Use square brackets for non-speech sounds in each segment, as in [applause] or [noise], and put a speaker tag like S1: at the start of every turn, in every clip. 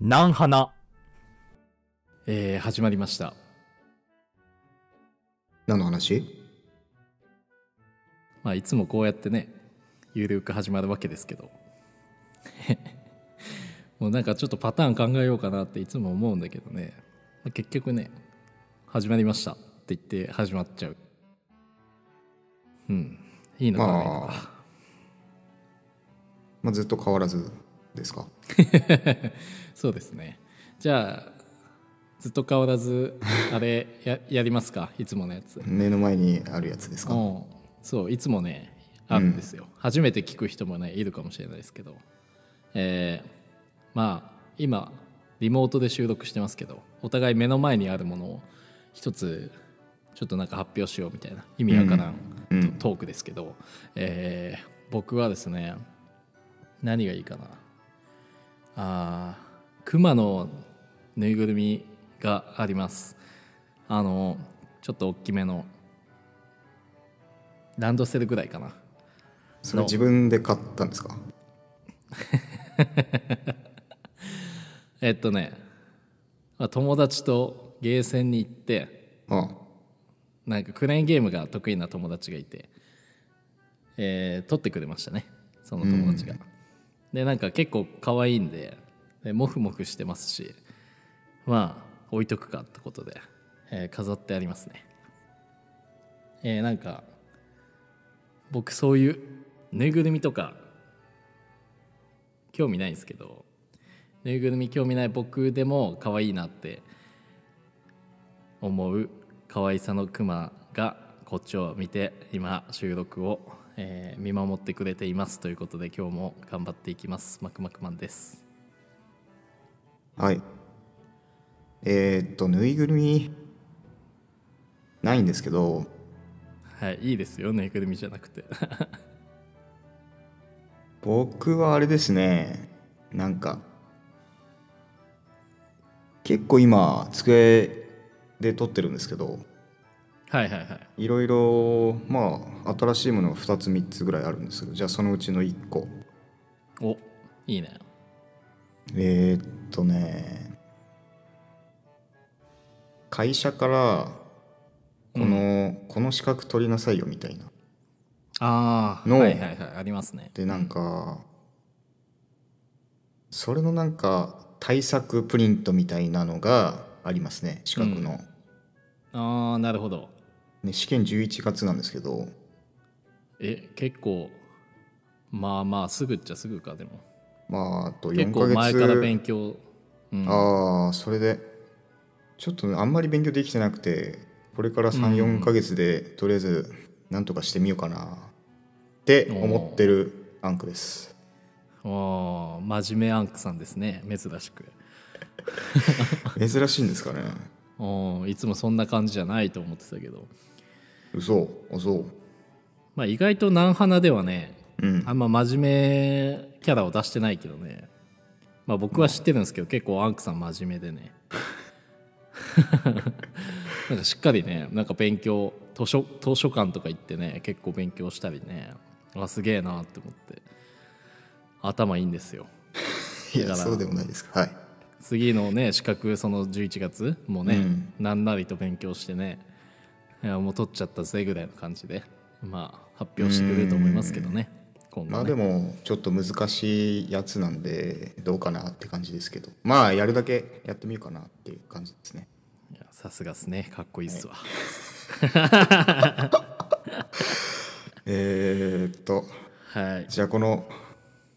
S1: なんはな。
S2: えー始まりました
S3: 何の話
S2: まあいつもこうやってねゆるく始まるわけですけど [laughs] もうなんかちょっとパターン考えようかなっていつも思うんだけどね、まあ結局ね始まりましたって言って始まっちゃううんいいのかないいの
S3: ま
S2: か
S3: あまあ、ずっと変わらずですか
S2: そうですねじゃあずっと変わらずあれや [laughs] やりますかいつものやつ
S3: 目の前にあるやつですか
S2: うんそういつもねあるんですよ、初めて聞く人もねいるかもしれないですけどえーまあ今リモートで収録してますけどお互い目の前にあるものを一つちょっとなんか発表しようみたいな意味わからん、
S3: うん
S2: トークですけど、えー僕はですね何がいいかなあクマのぬいぐるみがありますあのちょっと大きめのランドセルぐらいかな
S3: それ自分で買ったんですか
S2: えっとねまあ友達とゲーセンに行って
S3: ああ
S2: なんかクレーンゲームが得意な友達がいて、えー撮ってくれましたねその友達が、でなんか結構可愛いんででモフモフしてますしまあ置いとくかってことで、えー飾ってありますねえーなんか僕そういうぬいぐるみとか興味ないんですけどぬいぐるみ興味ない僕でも可愛いなって思う可愛さのクマがこっちを見て今収録を、えー見守ってくれていますということで今日も頑張っていきますマクマクマンです
S3: はいえーっとぬいぐるみないんですけど
S2: はいいいですよぬいぐるみじゃなくて [laughs]
S3: 僕はあれですねなんか結構今机で撮ってるんですけど
S2: はいはいはい
S3: いろいろまあ新しいものが2つ3つぐらいあるんですけどじゃあそのうちの1個
S2: おいいね
S3: えーっとね会社からこの,、この資格取りなさいよみたいな
S2: ああ
S3: の
S2: はいはいはいありますね
S3: でなんか、それのなんか対策プリントみたいなのがありますね資格の、
S2: ああなるほど
S3: ね、試験11月なんですけど
S2: え結構まあまあすぐっちゃすぐかでも
S3: まああと
S2: 結
S3: 4
S2: 構
S3: ヶ月
S2: 前から勉強、うん、
S3: ああそれでちょっとねあんまり勉強できてなくてこれから34ヶ月でとりあえずなんとかしてみようかなって思ってるアンクです
S2: おー真面目アンクさんですね珍しく
S3: 珍しいんですかね
S2: おーいつもそんな感じじゃないと思ってたけど
S3: 嘘あそう
S2: まあ、意外と難花ではね、
S3: うん
S2: あんま真面目キャラを出してないけどね、まあ、僕は知ってるんですけど、結構アンクさん真面目でね [laughs] なんかしっかりねなんか勉強図書図書館とか行ってね結構勉強したりねあすげえなって思って頭いいんですよ
S3: いや
S2: だから
S3: そうでもないですかはい
S2: 次のね資格その11月もね、
S3: うん
S2: なんなりと勉強してねいやもう取っちゃったぜぐらいの感じでまあ発表してくれると思いますけどね今
S3: ま
S2: 後
S3: あ
S2: ね
S3: でもちょっと難しいやつなんでどうかなって感じですけどまあやるだけやってみようかなっていう感じですね
S2: いやさすがっすねかっこいいっすわ、
S3: えー、っと
S2: はい、はい
S3: じゃあこの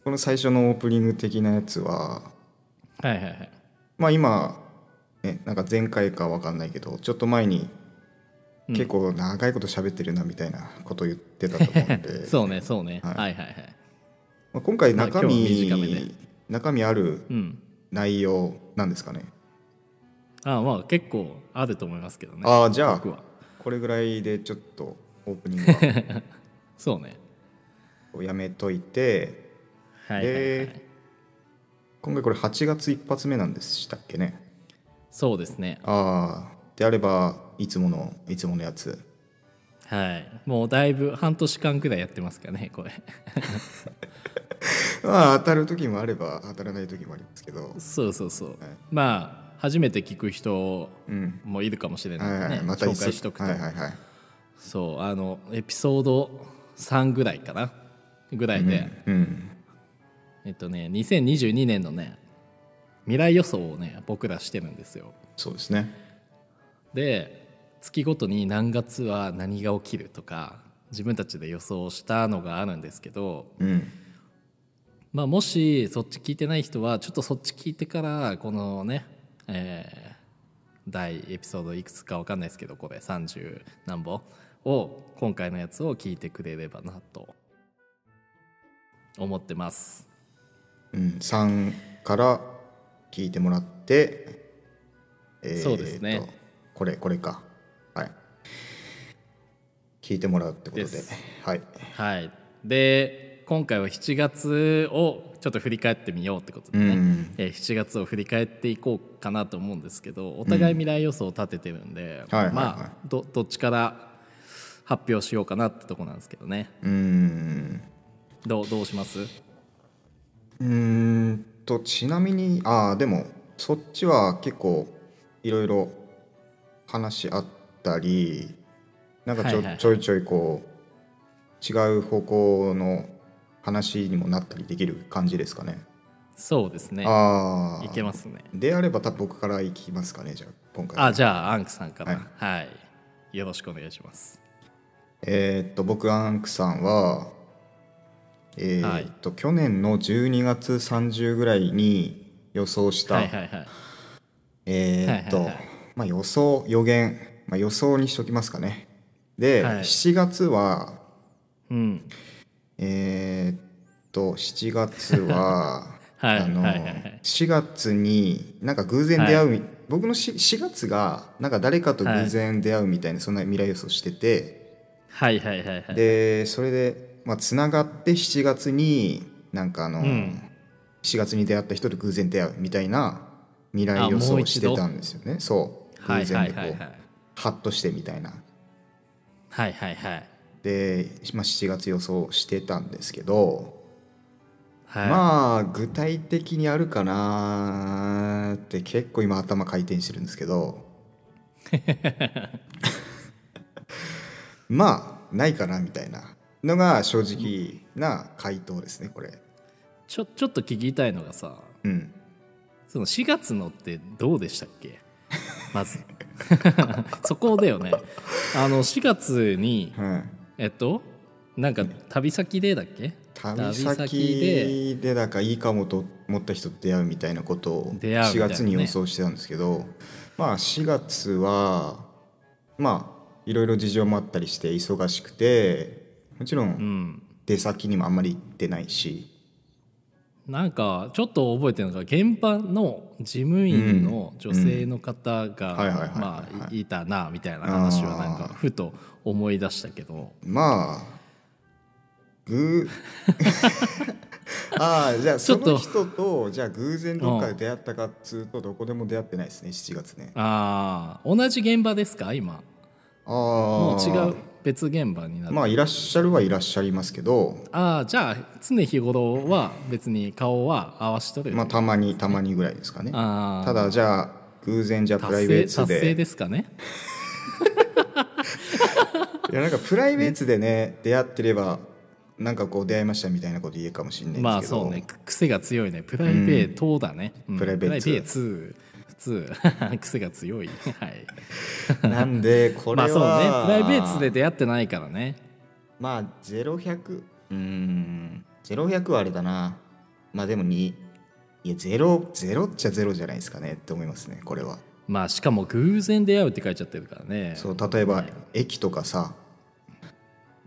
S3: この最初のオープニング的なやつ
S2: は
S3: は
S2: いはい
S3: まあ今、ね、なんか前回かわかんないけどちょっと前に
S2: うん
S3: 結構長いこと喋ってるなみたいなこと言ってたと思うん
S2: [laughs]
S3: で
S2: そうねそうね、は、
S3: はいい
S2: はいはいはい
S3: まあ今回
S2: まあ
S3: 中
S2: 今
S3: 身、
S2: 日は短めで
S3: 中身ある
S2: うん
S3: 内容なんですかね、
S2: ああまあ結構あると思いますけどね
S3: ああじゃあ
S2: 僕は
S3: これぐらいでちょっとオープニング
S2: そうね
S3: はやめといて
S2: [laughs] はいはい、はい、
S3: で今回これ8月一発目なんでしたっけね
S2: そうですね
S3: ああであればいつものいつものやつ [laughs]
S2: はいもうだいぶ半年間くらいやってますかねこれ
S3: まあ当たる時もあれば当たらない時もありますけど、
S2: そうそうそう、まあ初めて聞く人
S3: うん、
S2: もいるかもしれ
S3: はい
S2: ないので
S3: はい
S2: ね、
S3: はい、また
S2: 紹
S3: 一
S2: 介しとくと、
S3: はいはいはい、
S2: そうあのエピソード3ぐらいかなぐらいで、
S3: うん、
S2: えっとね2022年のね未来予想をね僕らしてるんですよ
S3: そうですね、
S2: で月ごとに何月は何が起きるとか自分たちで予想したのがあるんですけど、
S3: うん、
S2: まあ、もしそっち聞いてない人はちょっとそっち聞いてからこのね、えー第エピソードいくつかわかんないですけどこれ30何本を今回のやつを聞いてくれればなと思ってます
S3: うん、3から聞いてもらって、えー
S2: そうですね
S3: とこれこれかはい聞いてもらうってことで
S2: です
S3: はい
S2: はいで今回は7月をちょっと振り返ってみようってことで
S3: う
S2: ね、
S3: ん
S2: えー7月を振り返っていこうかなと思うんですけどお互い未来予想を立ててるんで、
S3: はいはいはい
S2: まあどどっちから発表しようかなってとこなんですけどね
S3: うん
S2: どうどうします
S3: うーんとちなみにああでもそっちは結構いろいろ話し合ったりなんか
S2: はい
S3: ちょ,、
S2: はいはい
S3: ちょいちょいこう違う方向の話にもなったりできる感じですかね。
S2: そうですね
S3: ああ
S2: いけますね
S3: であれば多分僕からいきますかねじゃあ今回は
S2: あじゃあアンクさんから
S3: は
S2: はい、よろしくお願いします
S3: えーっと僕アンクさんはえーっと、去年の12月30ぐらいに予想した、
S2: はいはいはい
S3: えーっと、
S2: はいはいはい
S3: まあ予想予言、まあ、予想にしときますかねで、
S2: はい
S3: 7月は
S2: うん
S3: えーっと7月は
S2: [laughs] はい
S3: あの
S2: はいはいはい
S3: 4月になんか偶然出会うみ、僕の 4, 月がなんか誰かと偶然出会うみたいな、そんな未来予想してて
S2: はいはいはいはい
S3: でそれでまあつながって7月になんかあの、
S2: うん
S3: 4月に出会った人と偶然出会うみたいな未来予
S2: あも
S3: 想
S2: う
S3: を
S2: 一
S3: し
S2: 度
S3: てたんですよねそう
S2: は
S3: 偶
S2: いは
S3: 然
S2: い
S3: でこう、
S2: はいはい
S3: ハッとしてみたいな
S2: はいはいはい
S3: で、まあ、7月予想してたんですけど
S2: はい
S3: まあ具体的にあるかなーって結構今頭回転してるんですけどまあないかなみたいなのが正直な回答ですねこれ
S2: ちょちょっと聞きたいのがさ
S3: うん
S2: その4月のってどうでしたっけ
S3: [laughs]
S2: まず [laughs] そこだよねあの4月に
S3: はい
S2: えっとなんか旅先でだっけ
S3: 旅先でなんかいいかもと思った人と出会うみたいなことを
S2: 出会うみ
S3: 4
S2: たいなね
S3: 月に予想してたんですけど、まあ4月はまあいろいろ事情もあったりして忙しくてもちろ
S2: うんん
S3: 出先にもあんまり行ってないし、
S2: なんかちょっと覚えてるのが現場の事務員の女性の方が
S3: はいはいはいはい
S2: まあいいたなみたいな話はなんか
S3: あー
S2: ふと思い出したけど
S3: まあ
S2: [laughs]
S3: ぐああじゃあ
S2: ちょ
S3: そ
S2: っと
S3: の人とじゃあ偶然どっかで出会ったかっつうとどこでも出会ってないですね7月ね
S2: あー同じ現場ですか今
S3: ああ
S2: もう違う別現場になって
S3: まあいらっしゃるはいらっしゃいますけど
S2: ああじゃあ常日頃は別に顔は合わしとるよ
S3: まあ
S2: ね、
S3: たまにたまにぐらいですかね
S2: あー
S3: ただじゃあ偶然じゃあプラ
S2: 達
S3: イベ
S2: 成
S3: ート
S2: 達成
S3: で
S2: ですかね
S3: いやなんかプライベートでね出会ってればなんかこう出会いましたみたいなこと言えるかもしれない
S2: ま
S3: ん
S2: あ
S3: ですけど、
S2: そうねく癖が強いねプライベートだね、うん
S3: プライベート
S2: ト普通 [laughs] 癖が強いはい
S3: なんでこれ
S2: まあ
S3: は、
S2: そうねプライベートで出会ってないからね
S3: まあ0100うーん0100はあれだなまあでも2いや0ゼロっちゃゼロじゃないですかねって思いますねこれは
S2: まあしかも偶然出会うって書いちゃってるからね
S3: そう例えば駅とかさ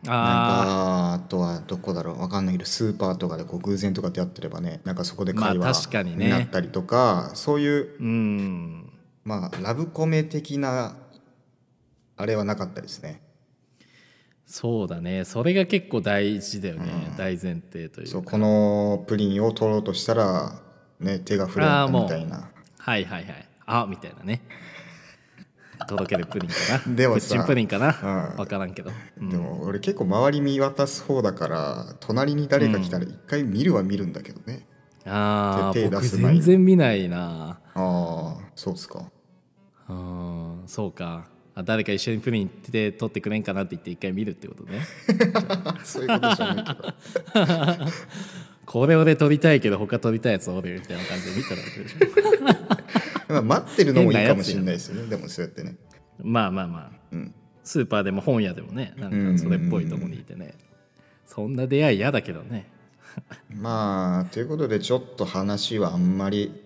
S3: なん
S2: あ
S3: かあとはどこだろうわかんないけどスーパーとかでこう偶然とか出会ってればねなんかそこで会
S2: まあ確か
S3: 話
S2: に
S3: に
S2: ね
S3: なったりとか,、そういう
S2: あうん
S3: まあラブコメ的なあれはなかったですね
S2: そうだねそれが結構大事だよね、大前提というか
S3: そうこのプリンを取ろうとしたら、ね、手が触れ合ったみたいな
S2: はいはいはいあみたいなね届けるプリンかな
S3: でもさ
S2: プッチンプリンかな、
S3: うん
S2: 分からんけど、うん
S3: でも俺結構周り見渡す方だから隣に誰か来たら一回見るは見るんだけどね、
S2: あ
S3: 手
S2: あ
S3: 出
S2: 僕
S3: す前に
S2: 全然見ないな
S3: ああそうっすか
S2: うんそうかあ誰か一緒にプリンで撮ってくれんかなって言って一回見るってことね
S3: そういうことじゃないけ
S2: [laughs]
S3: ど
S2: これ俺撮りたいけど他撮りたいやつおるよみたいな感じで見たらわけでしょ
S3: まあ待ってるのもいいかもしれないですよねでもそうやってね
S2: まあまあまあ
S3: うん
S2: スーパーでも本屋でもねなんかそれっぽいとこにいてねそんな出会い嫌だけどね
S3: まあということでちょっと話はあんまり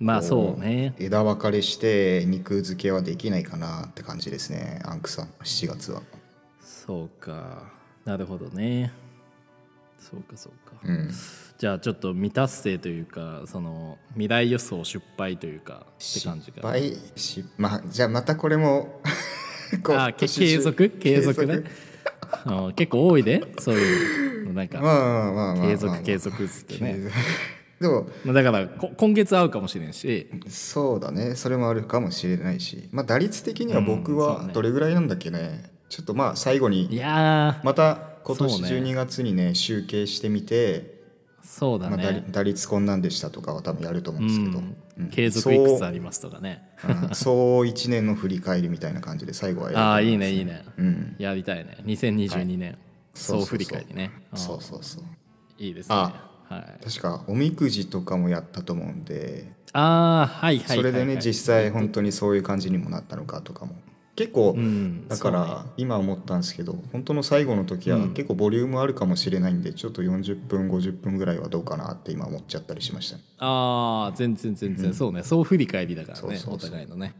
S2: まあそうね
S3: 枝分かれして肉付けはできないかなって感じですねアンクさん7月は
S2: そうかなるほどねそうかそうか、
S3: うん
S2: じゃあちょっと未達成というかその未来予想失敗というかって
S3: 失
S2: 感じが
S3: 敗しまあじゃあまたこれも [laughs] こう
S2: あけ継続継続ねあ結構多いでそういうのなん
S3: まあ
S2: か
S3: まあまあまあまあ
S2: 継続継続っつってね、
S3: 継続でも
S2: まあ、だからこ今月会うかもしれんし
S3: そうだねそれもあるかもしれないしまあ打率的には僕
S2: うんそ
S3: は
S2: うね
S3: どれぐらいなんだっけね,、ちょっとまあ最後
S2: い
S3: に
S2: やー
S3: また今
S2: そ
S3: 年
S2: うね
S3: 12月にね集計してみて
S2: そうだ
S3: まあ、打
S2: ね
S3: 率、打率こんなんでしたとかは多分やると思う
S2: うん
S3: ですけど、
S2: ん
S3: うん
S2: 継続いくつありますとかね
S3: うんそう1年の振り返りみたいな感じで最後はやると思
S2: ああーいい
S3: うんで
S2: ね
S3: す
S2: いいね、
S3: うん
S2: やりたいね2022年、
S3: そうそうそう
S2: 総振り返りねあー
S3: そうそうそう
S2: いいですね
S3: あ
S2: はい
S3: 確かおみくじとかもやったと思うんで
S2: あーはいはいはい、はい、
S3: それでね実際本当にそういう感じにもなったのかとかも結構
S2: うん
S3: だから今思ったんですけど本当の最後の時は結構ボリュームあるかもしれないんでちょっと40分50分ぐらいはどうかなって今思っちゃったりしましたね
S2: ああ全然全然、そうね総振り返りだからね
S3: そうそうそう
S2: お互いのね、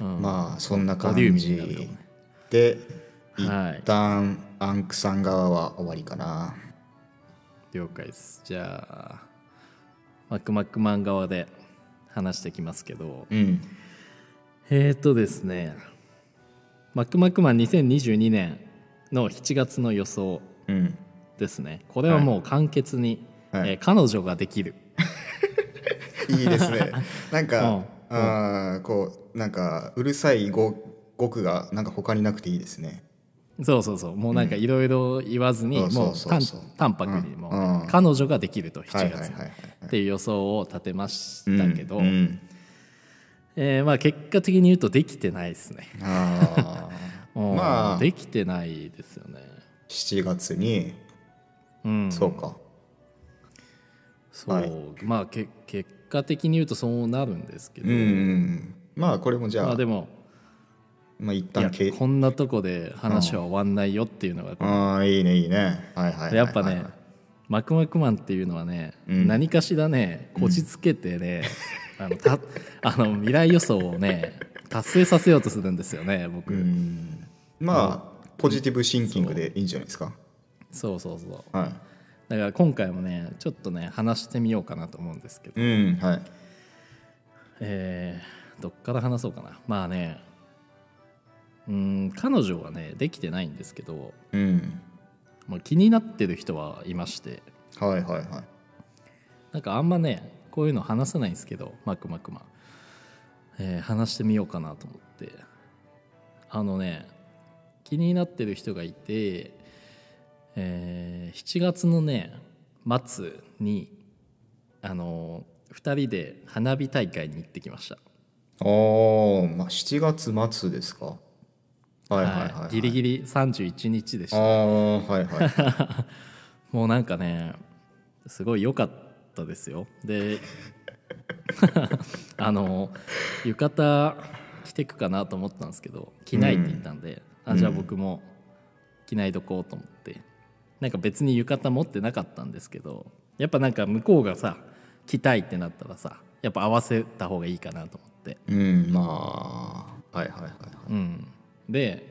S2: うん
S3: まあそんな
S2: ボ
S3: 感
S2: リューミーになるかも
S3: じ
S2: ね
S3: で
S2: はい
S3: 一旦アンクさん側は終わりかな
S2: 了解ですじゃあマックマックマン側で話してきますけど
S3: うん
S2: えー、とですねマックマックマン2022年の7月の予想
S3: うん
S2: ですねこれはもう簡潔に、
S3: はい
S2: えー彼女ができる、
S3: いいで
S2: [laughs]
S3: すねなんか、
S2: うん
S3: あーこうなんかうるさい語語句がなんか他になくていいですね
S2: そうそうそうもうなんかいろいろ言わずに、
S3: うん
S2: もう
S3: そうそ
S2: 淡
S3: うそう
S2: 淡白にもう、
S3: うんうん
S2: 彼女ができると7月
S3: はい
S2: に、
S3: はいはいはい
S2: っていう予想を立てましたけど、
S3: うんうん
S2: えーまあ、結果的に言うとできてないですね、
S3: あー
S2: うん
S3: まあ
S2: できてないですよね
S3: 7月に、
S2: うん
S3: そうか
S2: そう、
S3: はい
S2: まあけ結果的に言うとそうなるんですけ
S3: う
S2: ど、
S3: んうんうんまあこれもじゃあ、
S2: ま
S3: ま
S2: あ
S3: あ、
S2: でもい
S3: 一
S2: や
S3: 旦け
S2: こんなとこで話は終わんないよっていうのが、
S3: ああいいねいいねはいはいはいはい
S2: やっぱね、マクマクマンっていうのはね、
S3: うん
S2: 何かしらねこじつけて
S3: [laughs]
S2: ね、あのたあの未来予想をね達成させようとするんですよね僕、
S3: うんまあポジティブシンキングでいいんじゃないですか
S2: そうそうそう
S3: は
S2: だから今回もねちょっとね話してみようかなと思うんですけど
S3: いうんはい
S2: えーどっから話そうかなまあねうーん彼女はねできてないんですけど
S3: うん
S2: もう気になってる人はいまして
S3: はいはいはい
S2: なんかあんまねこういうの話せないんですけどマクマクマン、えー話してみようかなと思ってあのね気になってる人がいて、えー7月のね末にあの2人で花火大会に行ってきました
S3: あー、まあ7月末ですかはいはいはい、はい
S2: ギリギリ31日でし
S3: あ
S2: た
S3: あはいはい [laughs]
S2: もうなんかねすごい良かったですよで [laughs] あの浴衣着てくかなと思ったんですけど着ないって言ったんで、あじゃあ僕も着ないとこうと思ってなんか別に浴衣持ってなかったんですけどやっぱなんか向こうがさ着たいってなったらさやっぱ合わせた方がいいかなと思って
S3: うんまあはいはいはいはい
S2: うん、で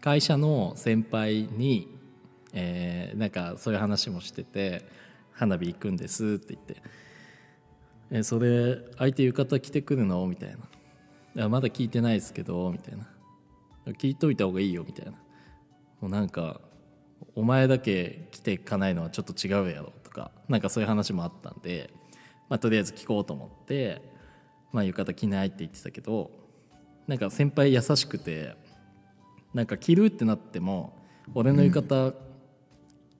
S2: 会社の先輩に、えーなんかそういう話もしてて「花火行くんです」って言って「えそれ相手浴衣着てくるの?」みたいな「あまだ聞いてないですけど」みたいな「聞いといた方がいいよ」みたいなもうなんか「お前だけ来ていかないのはちょっと違うやろ」とかなんかそういう話もあったんで、まあ、とりあえず聞こうと思って、まあ、浴衣着ないって言ってたけどなんか先輩優しくてなんか着るってなっても俺の浴衣、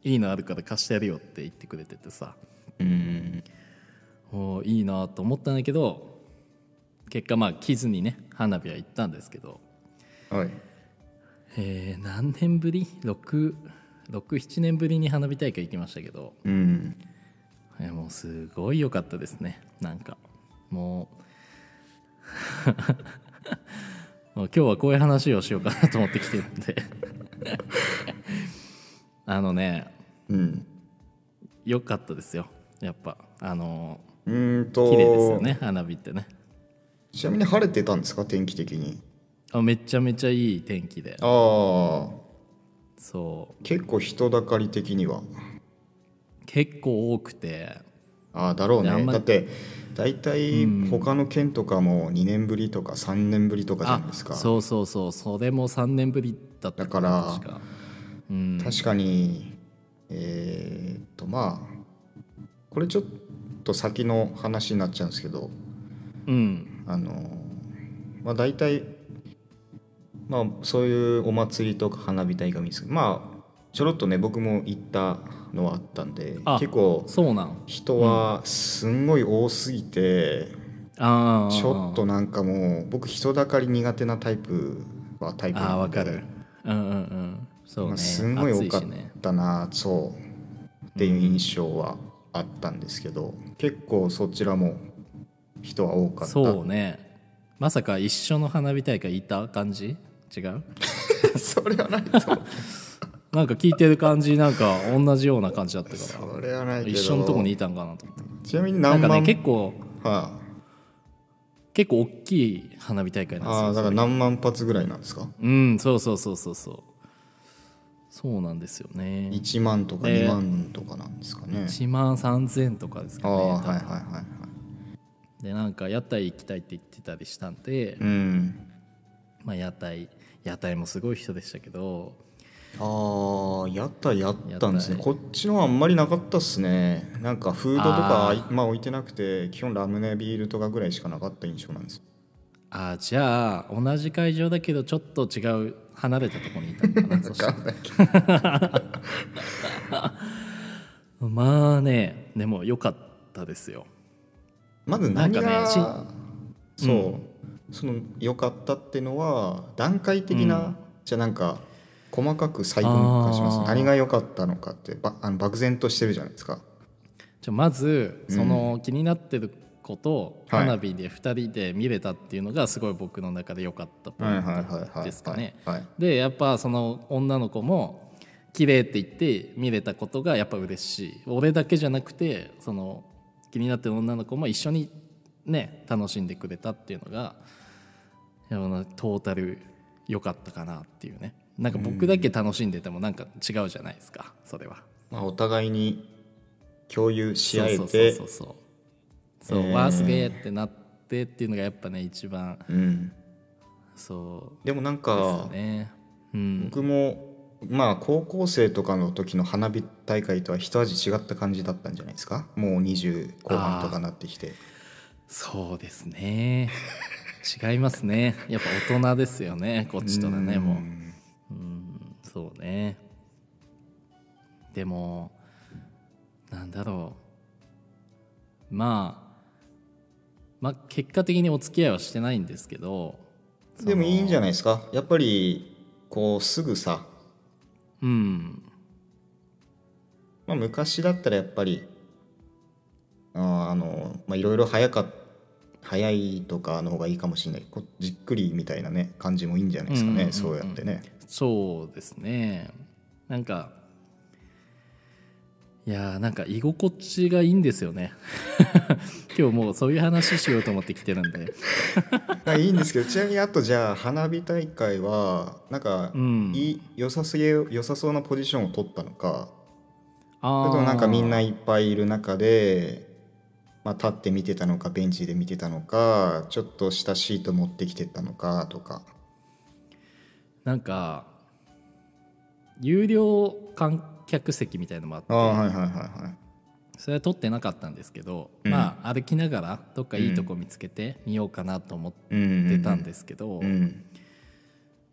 S2: いいのあるから貸してやるよって言ってくれててさ
S3: うん
S2: おーいいなと思ったんだけど結果まあ着ずにね花火は行ったんですけど
S3: はい
S2: えー何年ぶり667年ぶりに花火大会行きましたけど
S3: うん
S2: いやもうすごい良かったですねなんかもう [laughs] もう今日はこういう話をしようかなと思ってきてるんで [laughs] あのね
S3: うん
S2: 良かったですよやっぱあの
S3: うーんと
S2: 綺麗ですよね花火ってね
S3: ちなみに晴れてたんですか天気的に
S2: あめちゃめちゃいい天気で
S3: ああ
S2: そ
S3: 結構人だかり的には
S2: う結構多くて
S3: ああだろう
S2: いやあ
S3: ね
S2: んまり
S3: だって大体他の県とかも2年ぶりとか3年ぶりとかじゃないですか
S2: そうそうそうそれも3年ぶりだったかな
S3: だか
S2: 確
S3: ら
S2: かうん
S3: 確かにえーっとまあこれちょっと先の話になっちゃうんですけど
S2: うん
S3: あのまあ大体まあそういうお祭りとか花火大会見つけまあちょろっとね僕も行ったのはあったんで
S2: あ
S3: 結構
S2: そうなん
S3: 人はすんごい多すぎて、
S2: ああ
S3: ちょっとなんかもう僕人だかり苦手なタイプはタイプ
S2: あ
S3: な
S2: あ
S3: の
S2: わ
S3: で
S2: かるうんうんうんそう
S3: ま
S2: ね
S3: あすんごい
S2: 暑
S3: 多
S2: い
S3: か
S2: し
S3: っ
S2: ね
S3: たな、そうっていう印象はあったんですけど、結構そちらも人は多かった
S2: そうねまさか一緒の花火大会いた感じ違う
S3: [laughs] それはないと思う
S2: [laughs] なんか聞いてる感じなんか同じような感じだったか
S3: それはない
S2: ら
S3: けど
S2: 一緒のとこにいたんかなと思って
S3: ちなみに
S2: な
S3: 何
S2: んか
S3: 万
S2: ね結構
S3: は
S2: 結構大きい花火大会
S3: い、
S2: なんですよ
S3: ああだから何万発ぐらいなんですか
S2: うんそうそうそうそうそうそうなんですよね
S3: 1万とか
S2: えー
S3: 2万とかなんですかね、
S2: 1万3000とかです
S3: あ
S2: か
S3: あ
S2: ね多分
S3: はいはいはいはい
S2: でなんか屋台行きたいって言ってたりしたんで、
S3: うん
S2: まあ、屋台屋台もすごい人でしたけど
S3: ああやったやったんですね
S2: 屋台
S3: こっちのはあんまりなかったっすねなんかフードとか
S2: あ
S3: あいまあ置いてなくて基本ラムネビールとかぐらいしかなかった印象なんです
S2: あーじゃあ同じ会場だけどちょっと違う離れたところにいたの
S3: [laughs]
S2: かなそしたらまあねでも良かったですよ
S3: まず何が
S2: なんか
S3: そう、その良かったってのは段階的な、じゃあなんか細かく細分化します
S2: あー
S3: 何が良かったのかってばあの漠然としてるじゃないですか
S2: じゃあまずその気になってることを
S3: はい
S2: 花火で2人で見れたっていうのがすごい僕の中で良かったポイ
S3: はいはいはい
S2: ン
S3: は
S2: ト
S3: い
S2: ですかね
S3: はい
S2: でやっぱその女の子も綺麗って言って見れたことがやっぱ嬉しい俺だけじゃなくてその気になってる女の子も一緒にね楽しんでくれたっていうのがいやあのトータル良かったかなっていうねなんか僕だけ楽しんでてもなんか違うじゃないですかそれは
S3: まあ、お互いに共有し合えて
S2: そうそうそうそうそう、
S3: えー
S2: わあすげえってなってっていうのがやっぱね一番
S3: うん、
S2: そ
S3: でもなん
S2: うで
S3: か
S2: すねうん
S3: 僕もまあ高校生とかの時の花火大会とは一味違った感じだったんじゃないですかもう20後半とかなってきて
S2: そうですね違いますねやっぱ大人ですよねこっちとだねもううんそうねでもなんだろうまあまあ結果的にお付き合いはしてないんですけど
S3: うでもいいんじゃないですかやっぱりこうすぐさ、
S2: うん
S3: まあ、昔だったらやっぱりあーあのまあいろいろ早か早いとかの方がいいかもしれないこうじっくりみたいなね感じもいいんじゃないですかね、
S2: うんうんうんうん
S3: そうやってね
S2: そうですねなんかいやーなんか居心地がいいんですよね [laughs] 今日もうそういう話しようと思って来てるんで
S3: まあいいんですけどち [laughs] なみにあとじゃあ花火大会はなんか、
S2: うん
S3: いい良さすげ良さそうなポジションを取ったのかそ
S2: あ
S3: れと
S2: ー
S3: もなんかみんないっぱいいる中で、まあ、立って見てたのかベンチで見てたのかちょっとしたシート持ってきてたのかとか
S2: なんか有料観客席みたいのもあって
S3: ああはいはいはいはい
S2: それは撮ってなかったんですけど、
S3: うん
S2: まあ歩きながらどっかいいとこ見つけて見ようかなと思っ
S3: うんうんうん
S2: てたんですけど、
S3: うん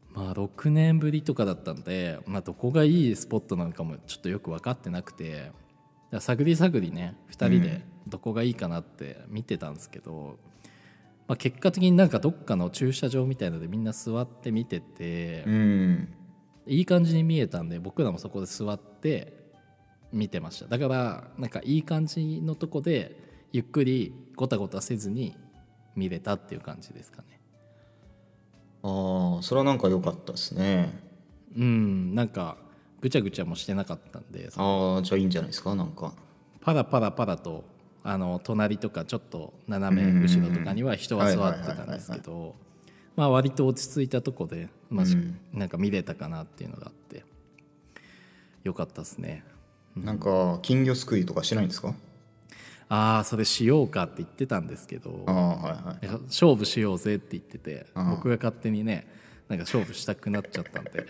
S2: まあ6年ぶりとかだったんで、まあ、どこがいいスポットなのかもちょっとよく分かってなくてだから探り探りね2人
S3: うん
S2: でどこがいいかなって見てたんですけど、まあ、結果的になんかどっかの駐車場みたいのでみんな座って見てて、
S3: うん
S2: いい感じに見えたんで僕らもそこで座って見てましただからなんかいい感じのとこでゆっくりごたごたせずに見れたっていう感じですかね
S3: ああそれはなんか良かったですね
S2: うんなんかぐちゃぐちゃもしてなかったんでその
S3: ああじゃあいいんじゃないですかなんか
S2: パラパラパラとあの隣とかちょっと斜め後ろとかには人は座ってたんですけどまあ割と落ち着いたとこで、まあし
S3: うん
S2: なんか見れたかなっていうのがあってよかったですね
S3: なんか金魚すくいとかしないんですか
S2: ああそれしようかって言ってたんですけど
S3: ああはいはい
S2: いや勝負しようぜって言ってて
S3: ああ
S2: 僕が勝手にねなんか勝負したくなっちゃったんで [laughs]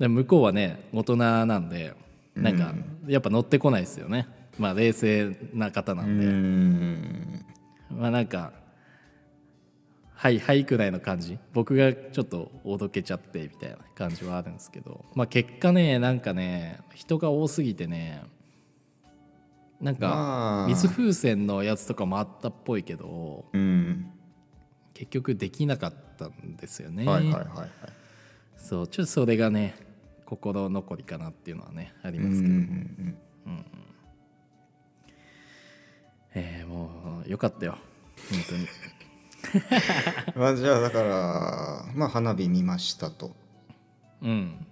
S2: で向こうはね大人なんでなんかやっぱ乗ってこないですよねまあ冷静な方な
S3: うん
S2: で、
S3: ん
S2: まあなんか「はいはい」くらいの感じ僕がちょっとおどけちゃってみたいな感じはあるんですけど、まあ、結果ねなんかね人が多すぎてねなんか
S3: まあ
S2: 水風船のやつとかもあったっぽいけど
S3: うん
S2: 結局できなかったんですよね、
S3: はいはいはいはい
S2: そうちょっとそれがね心残りかなっていうのはねあり
S3: うんう
S2: ま
S3: ん
S2: す
S3: う
S2: けど、 [laughs]
S3: ん
S2: えーもうよかったよ本当に
S3: まあじゃあだからまあ花火見ましたと
S2: うん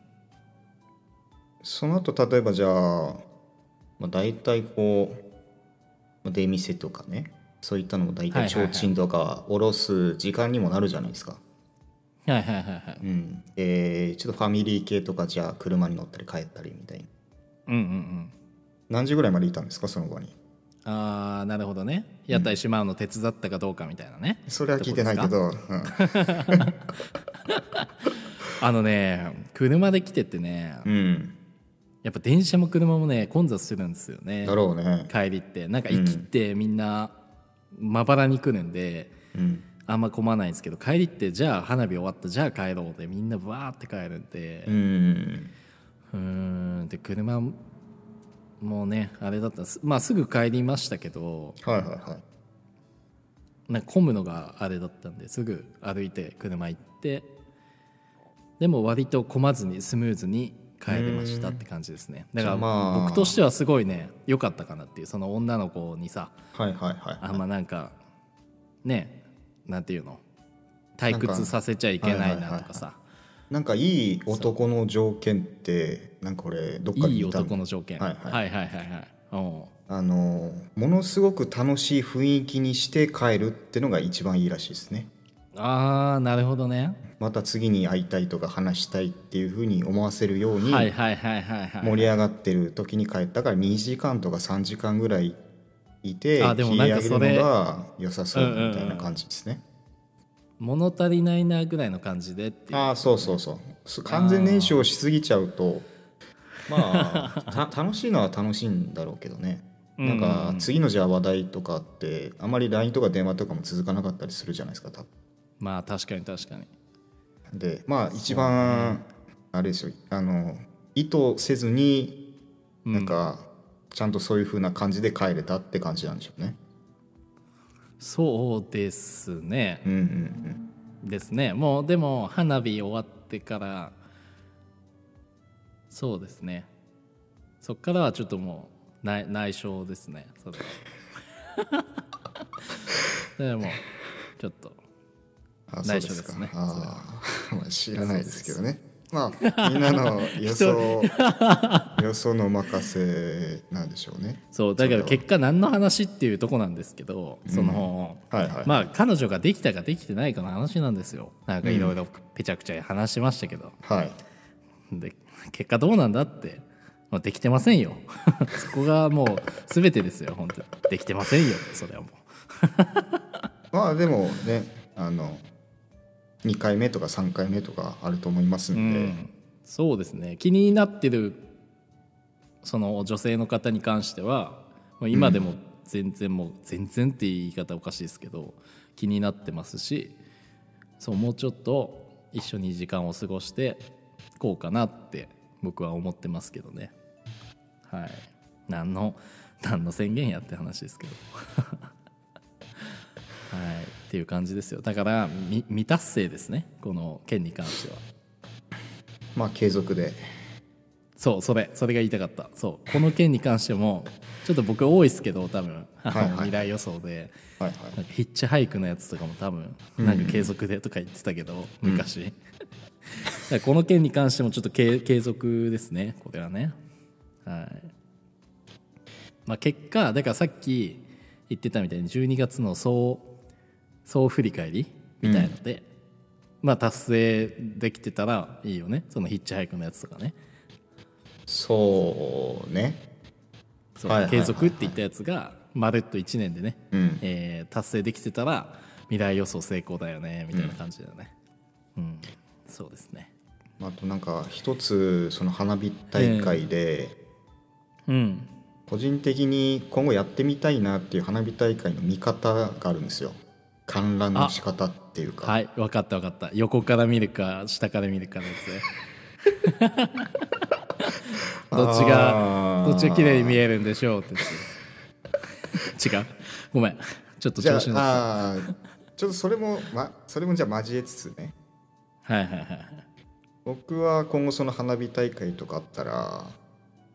S3: その後例えばじゃあ、まあ、大体こうまあ出店とかねそういったのも大
S2: は
S3: 体
S2: いはいはい
S3: 提灯とか下ろす時間にもなるじゃないですか、
S2: はいはいはいはい
S3: うんえーちょっとファミリー系とかじゃあ車に乗ったり帰ったりみたいな
S2: うんうんうん
S3: 何時ぐらいまでいたんですかその場に
S2: あーなるほどね屋台しまうの手伝ったかどうかみたいなね、
S3: それは聞いてないけどうん
S2: あのね車で来てってね、
S3: うん、
S2: やっぱ電車も車もね混雑するんですよね
S3: だろうね、
S2: 帰りってなんか行きってみんなまばらに来るんで、
S3: うん、
S2: あんま混まないんですけど帰りってじゃあ花火終わったじゃあ帰ろうでみんなブワーって帰るんで
S3: うんうん
S2: うーんで車もねあれだったんですまあすぐ帰りましたけど
S3: はいはいはい
S2: なんか混むのがあれだったんですぐ歩いて車行ってでも割と混まずにスムーズに帰れましたって感じですねだから
S3: じゃあまあ
S2: 僕としてはすごいね良かったかなっていうその女の子にさ
S3: はいはいはい
S2: あんまなんかねなんていうの退屈させちゃいけないなとかさ
S3: なんかいい男の条件ってなんか俺どっかで
S2: いい
S3: 見た
S2: 男
S3: の
S2: の条件
S3: は
S2: はいい
S3: は
S2: はいいはいはいはいおう
S3: あのものすごく楽しい雰囲気にして帰るってのが一番いいらしいですね
S2: あーなるほどね
S3: また次に会いたいとか話したいっていうふうに思わせるように
S2: はいはいはいはいはい
S3: 盛り上がってる時に帰ったから2時間とか3時間ぐらいいて
S2: あでもなんか
S3: 切り
S2: そ
S3: 上げ
S2: れ
S3: るのが良さそうみたいな感じですね、
S2: 物足りないなぐらいの感じでっていう
S3: ああそうそうそうす完全燃焼しすぎちゃうとまあた楽 [laughs] しいのは楽しいんだろうけどねなんか次のじゃあ話題とかってあまり LINE とか電話とかも続かなかったりするじゃないですか多分
S2: まあ確かに確かに
S3: でまあ一番あれですよあの意図せずになんかちゃんとそういう風な感じで帰れたって感じなんでしょうね
S2: そうですね
S3: うんうんうん
S2: ですねもうでも花火終わってからそうですねそっからはちょっともう内内緒ですねそれは [laughs] でもちょっと
S3: あ
S2: 内緒ですね
S3: ああまあ知らないですけどねまあみんなの予 [laughs] 想 [laughs] 予想のお任せなんでしょうね
S2: そうだから結果何の話っていうとこなんですけどその、
S3: はいはい、
S2: まあ彼女ができたかできてないかの話なんですよなんかいろいろぺちゃくちゃ話しましたけど、
S3: はい
S2: で結果どうなんだって、まあ、できてませんよ [laughs] そこがもう全てですよ本当にできてませんよそれはも
S3: まあでもねあの2回目とか3回目とかあると思います
S2: う、
S3: んで、
S2: うんそうですね気になってるその女性の方に関してはまあ今でも全然もう全然っていう言い方おかしいですけど気になってますしそうもうちょっと一緒に時間を過ごしてこうかなって僕は思ってますけどねはい何の何の宣言やって話ですけど [laughs] はいっていう感じですよだからみ未達成ですねこの件に関しては
S3: まあ継続で
S2: そうそれそれが言いたかったそうこの件に関してもちょっと僕多いですけど多分あの
S3: はいはい
S2: 未来予想で
S3: はいは
S2: なんかヒッチハイクのやつとかも多分なんか継続でとか言ってたけど、昔 [laughs] だからこの件に関してもちょっと継継続ですねこれはねはいまあ結果だからさっき言ってたみたいに12月の総総振り返りみたいので、まあ達成できてたらいいよねそのヒッチハイクのやつとかね
S3: そうね
S2: そう
S3: はいはいはいは
S2: 継
S3: い
S2: 続って言ったやつがまるっと1年でね、
S3: うん
S2: えー達成できてたら未来予想成功だよねみたいな感じだよね、うんそうですね
S3: あとなんか一つその花火大会で
S2: うん
S3: 個人的に今後やってみたいなっていう花火大会の見方があるんですよ観覧の仕方っていうか
S2: はい分かった分かった横から見るか下から見るかのやつね
S3: [laughs]
S2: どっちが
S3: あー
S2: どっちが綺麗に見えるんでしょうってやつ違うごめんちょっと
S3: じ
S2: 調
S3: ゃあ
S2: 子に乗っ
S3: あーちょっとそれも、ま、それもじゃあ交えつつね
S2: たはいはいはいはい
S3: 僕は今後その花火大会とかあったら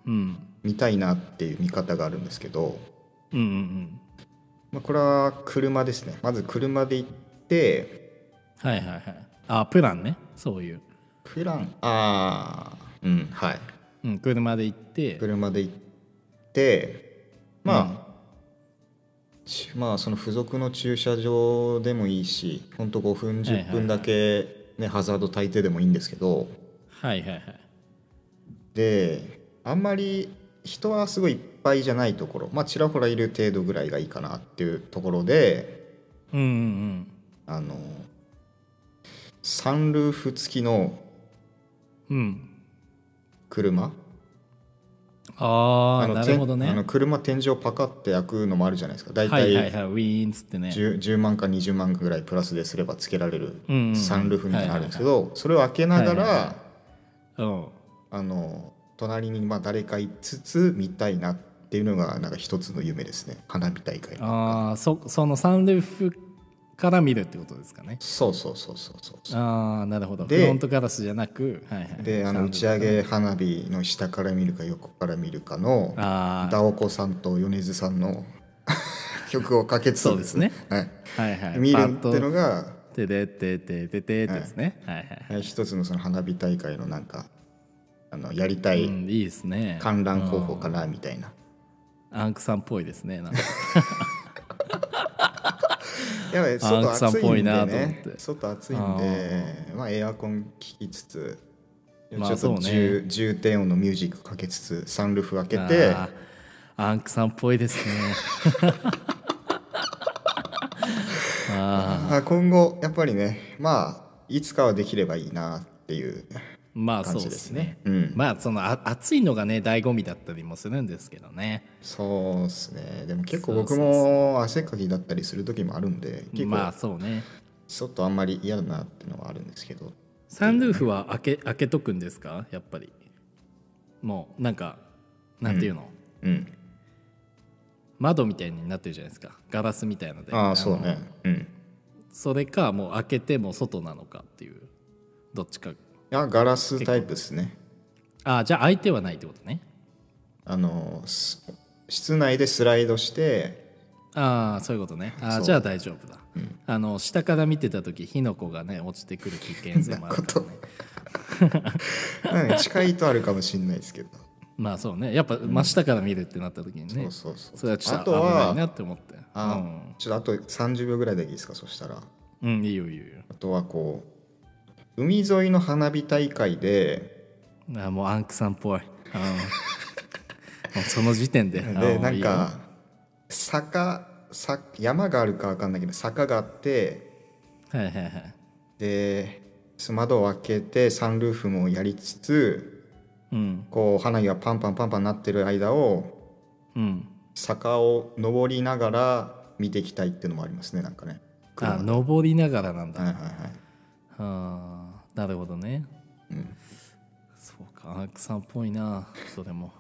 S2: うん
S3: 見たいなっていう見方があるんですけど、
S2: うんうんうん
S3: まあ、これは車ですねまず車で行って
S2: はいはいはいあプランねそういう
S3: プランああうんはい
S2: うん、車で行って、
S3: 車で行ってまあ、ちまあその付属の駐車場でもいいしほんと5分
S2: はいはい
S3: 10分だけ、ねハザード焚いてでもいいんですけど
S2: はいはいはい
S3: であんまり人はすごいいっぱいじゃないところまあちらほらいる程度ぐらいがいいかなっていうところで
S2: うんうん
S3: あのサンルーフ付きの
S2: うんうん
S3: 車
S2: ああ
S3: の
S2: なるほど
S3: てんあ
S2: ね
S3: の車天井パカって開くのもあるじゃないですか大体、
S2: はいはいはいウィーンっつってね
S3: 10, 10万か20万ぐらいプラスですればつけられる
S2: うんうん
S3: サンルーフみたいなのあるんですけどそれを開けながら、
S2: はいはいはうん
S3: あの隣にまあ誰かいつつ見たいなっていうのがなんか一つの夢ですね花火大会
S2: ああそそのサンルーフから見るってことですかね
S3: そうそうそうそうそうそ
S2: ああなるほどフ
S3: で
S2: ロントガラスじゃなく、はいは
S3: う
S2: い、
S3: であ
S2: サ
S3: の
S2: ン
S3: 打
S2: ルー
S3: ち
S2: フ
S3: 上げ花火の下から見るか横から見るかの
S2: あ
S3: ダオコさんと米津さんの [laughs] 曲をかけつつ
S2: そうですね、
S3: はい
S2: あはいはい
S3: 見る
S2: パ
S3: っ
S2: ッ
S3: て
S2: と
S3: いうのが、
S2: てでててててってですね、はい、はいはい
S3: はい、一つのその花火大会のなんかあのやりたい、
S2: うん、いいですね
S3: 観覧候補かなみたいな、
S2: アンクさんっぽいですねなんか
S3: やばい外
S2: あー草っ
S3: 暑い
S2: ぽい
S3: んで
S2: なと思っ
S3: ね
S2: て
S3: 外暑いんでまあエアコン効きつつち
S2: まあ
S3: ょっと
S2: そうね
S3: 重,、重低音のミュージックかけつつサンルーフ開けて
S2: あーアンクさんっぽいです [laughs] ねあ
S3: あ今後やっぱりねまあいつかはできればいいなっていう
S2: ーまあ
S3: 感
S2: そう
S3: じ
S2: で
S3: です
S2: すね
S3: ね。うん、
S2: まあそのあ暑いのがね醍醐味だったりもするんですけどね
S3: そうですねでも結構
S2: そうそう
S3: 僕
S2: そう
S3: も汗かきだったりする時もあるんで結
S2: まあ
S3: 構
S2: そうね
S3: 外あんまり嫌だなっていうのはあるんですけど
S2: サンルーフは開け開けとくんですかやっぱりもうなんかなんていうの、
S3: うん
S2: 窓みたいになってるじゃないですかガラスみたいので
S3: ああそう
S2: の
S3: ねうん
S2: それかもう開けても外なのかっていうどっちか
S3: いやガラスタイプですね
S2: ああじゃあ開いてはないってことね
S3: あのす室内でスライ
S2: [laughs]
S3: ドして
S2: ああそういうことねあ
S3: そ
S2: あ
S3: う
S2: じゃあ大丈夫だ、あの下から見てた時火の粉がね落ちてくる危険性もあるからね
S3: うん近いとあるかもしれないですけど、
S2: まあそうねやっぱ真下から見るってなった時にね、
S3: そうそう
S2: そ
S3: そう
S2: れはちょ
S3: あ
S2: っと
S3: と
S2: 危な
S3: はい
S2: なって思って
S3: あ、ちょっとあと30秒ぐらいでいいですかそしたらあ
S2: うん、うん、いいよいいよいいよ
S3: とはこう海沿いの花火大会で
S2: あもうアンクさんっぽい、うんもうその時点であもうい
S3: [laughs] で
S2: い
S3: なん
S2: よ
S3: か坂さ山があるかわかんないけど坂があって
S2: はいはいはい
S3: でその窓を開けてサンルーフもやりつつ
S2: うん
S3: こう花火がパンパンパンパンなってる間を
S2: うん
S3: 坂を登りながら見ていきたいっていうのもありますねなんかね
S2: あ
S3: 車で
S2: 登りながらなんだ、
S3: はいはいはい
S2: あーなるほどね、
S3: ん
S2: そうかアークさんっぽいなそれも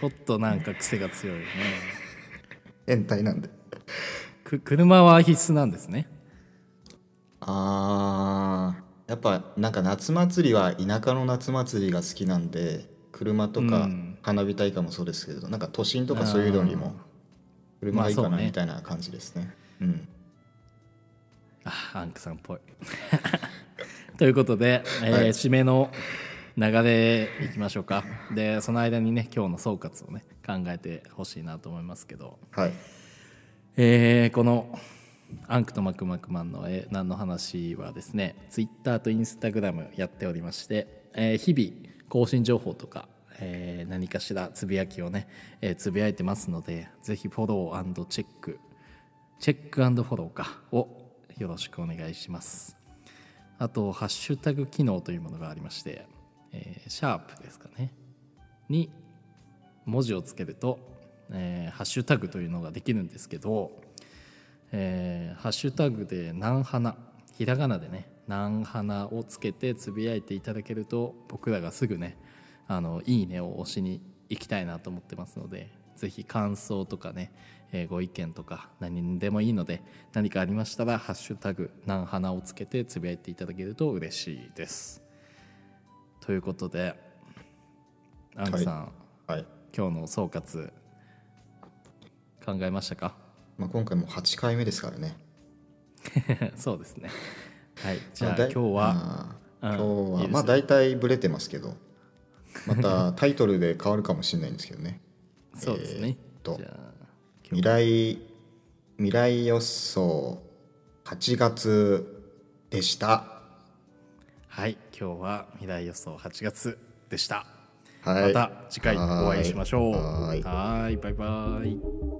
S2: ちょっとなんか癖が強いね
S3: 変態なんで
S2: く車は必須なんですね
S3: あーやっぱなんか夏祭りは田舎の夏祭りが好きなんで車と
S2: う
S3: か
S2: ん
S3: 花火大会もそうですけど、なんか都心とかそういうのにも車がいいか
S2: まあ
S3: な
S2: そうね
S3: みたいな感じですね,、うん
S2: あアンクさんっぽい [laughs] ということで、えー
S3: はい
S2: 締めの流れいきましょうかでその間にね今日の総括をね考えてほしいなと思いますけど
S3: はい
S2: えーこの「アンクとマクマクマンのえー何の話」はですね Twitter と Instagram やっておりまして、えー日々更新情報とか、えー何かしらつぶやきをね、えーつぶやいてますのでぜひフォローチェックチェックフォローかをよろしくお願いしますあとハッシュタグ機能というものがありまして、えーシャープですかねに文字をつけると、えーハッシュタグというのができるんですけど、えーハッシュタグで「なんはな」ひらがなでね「なんはな」をつけてつぶやいていただけると僕らがすぐね「あのいいね」を押しに行きたいなと思ってますのでぜひ感想とかね、えーご意見とか何でもいいので何かありましたら「ハッシュタグなんはな」をつけてつぶやいていただけると嬉しいです。ということでアンクさん、
S3: はい、
S2: 今日の総括考えましたか [laughs]
S3: まあ、今回も8回目ですからね
S2: そうですねはいじゃ
S3: ま
S2: あ
S3: だ
S2: 今
S3: い
S2: 日は
S3: あー
S2: うん
S3: 今日
S2: いい
S3: は
S2: ですよ
S3: まあ大体ブレてますけどまたタイトルで変わるかもしれないんですけどね
S2: そうですね、
S3: えーっと
S2: じゃあ
S3: 未来未来予想8月でした
S2: はい今日は未来予想8月でした、
S3: は
S2: ま
S3: い
S2: た次回お会いしましょう
S3: はーいは
S2: は
S3: ーい
S2: ーいバイバイ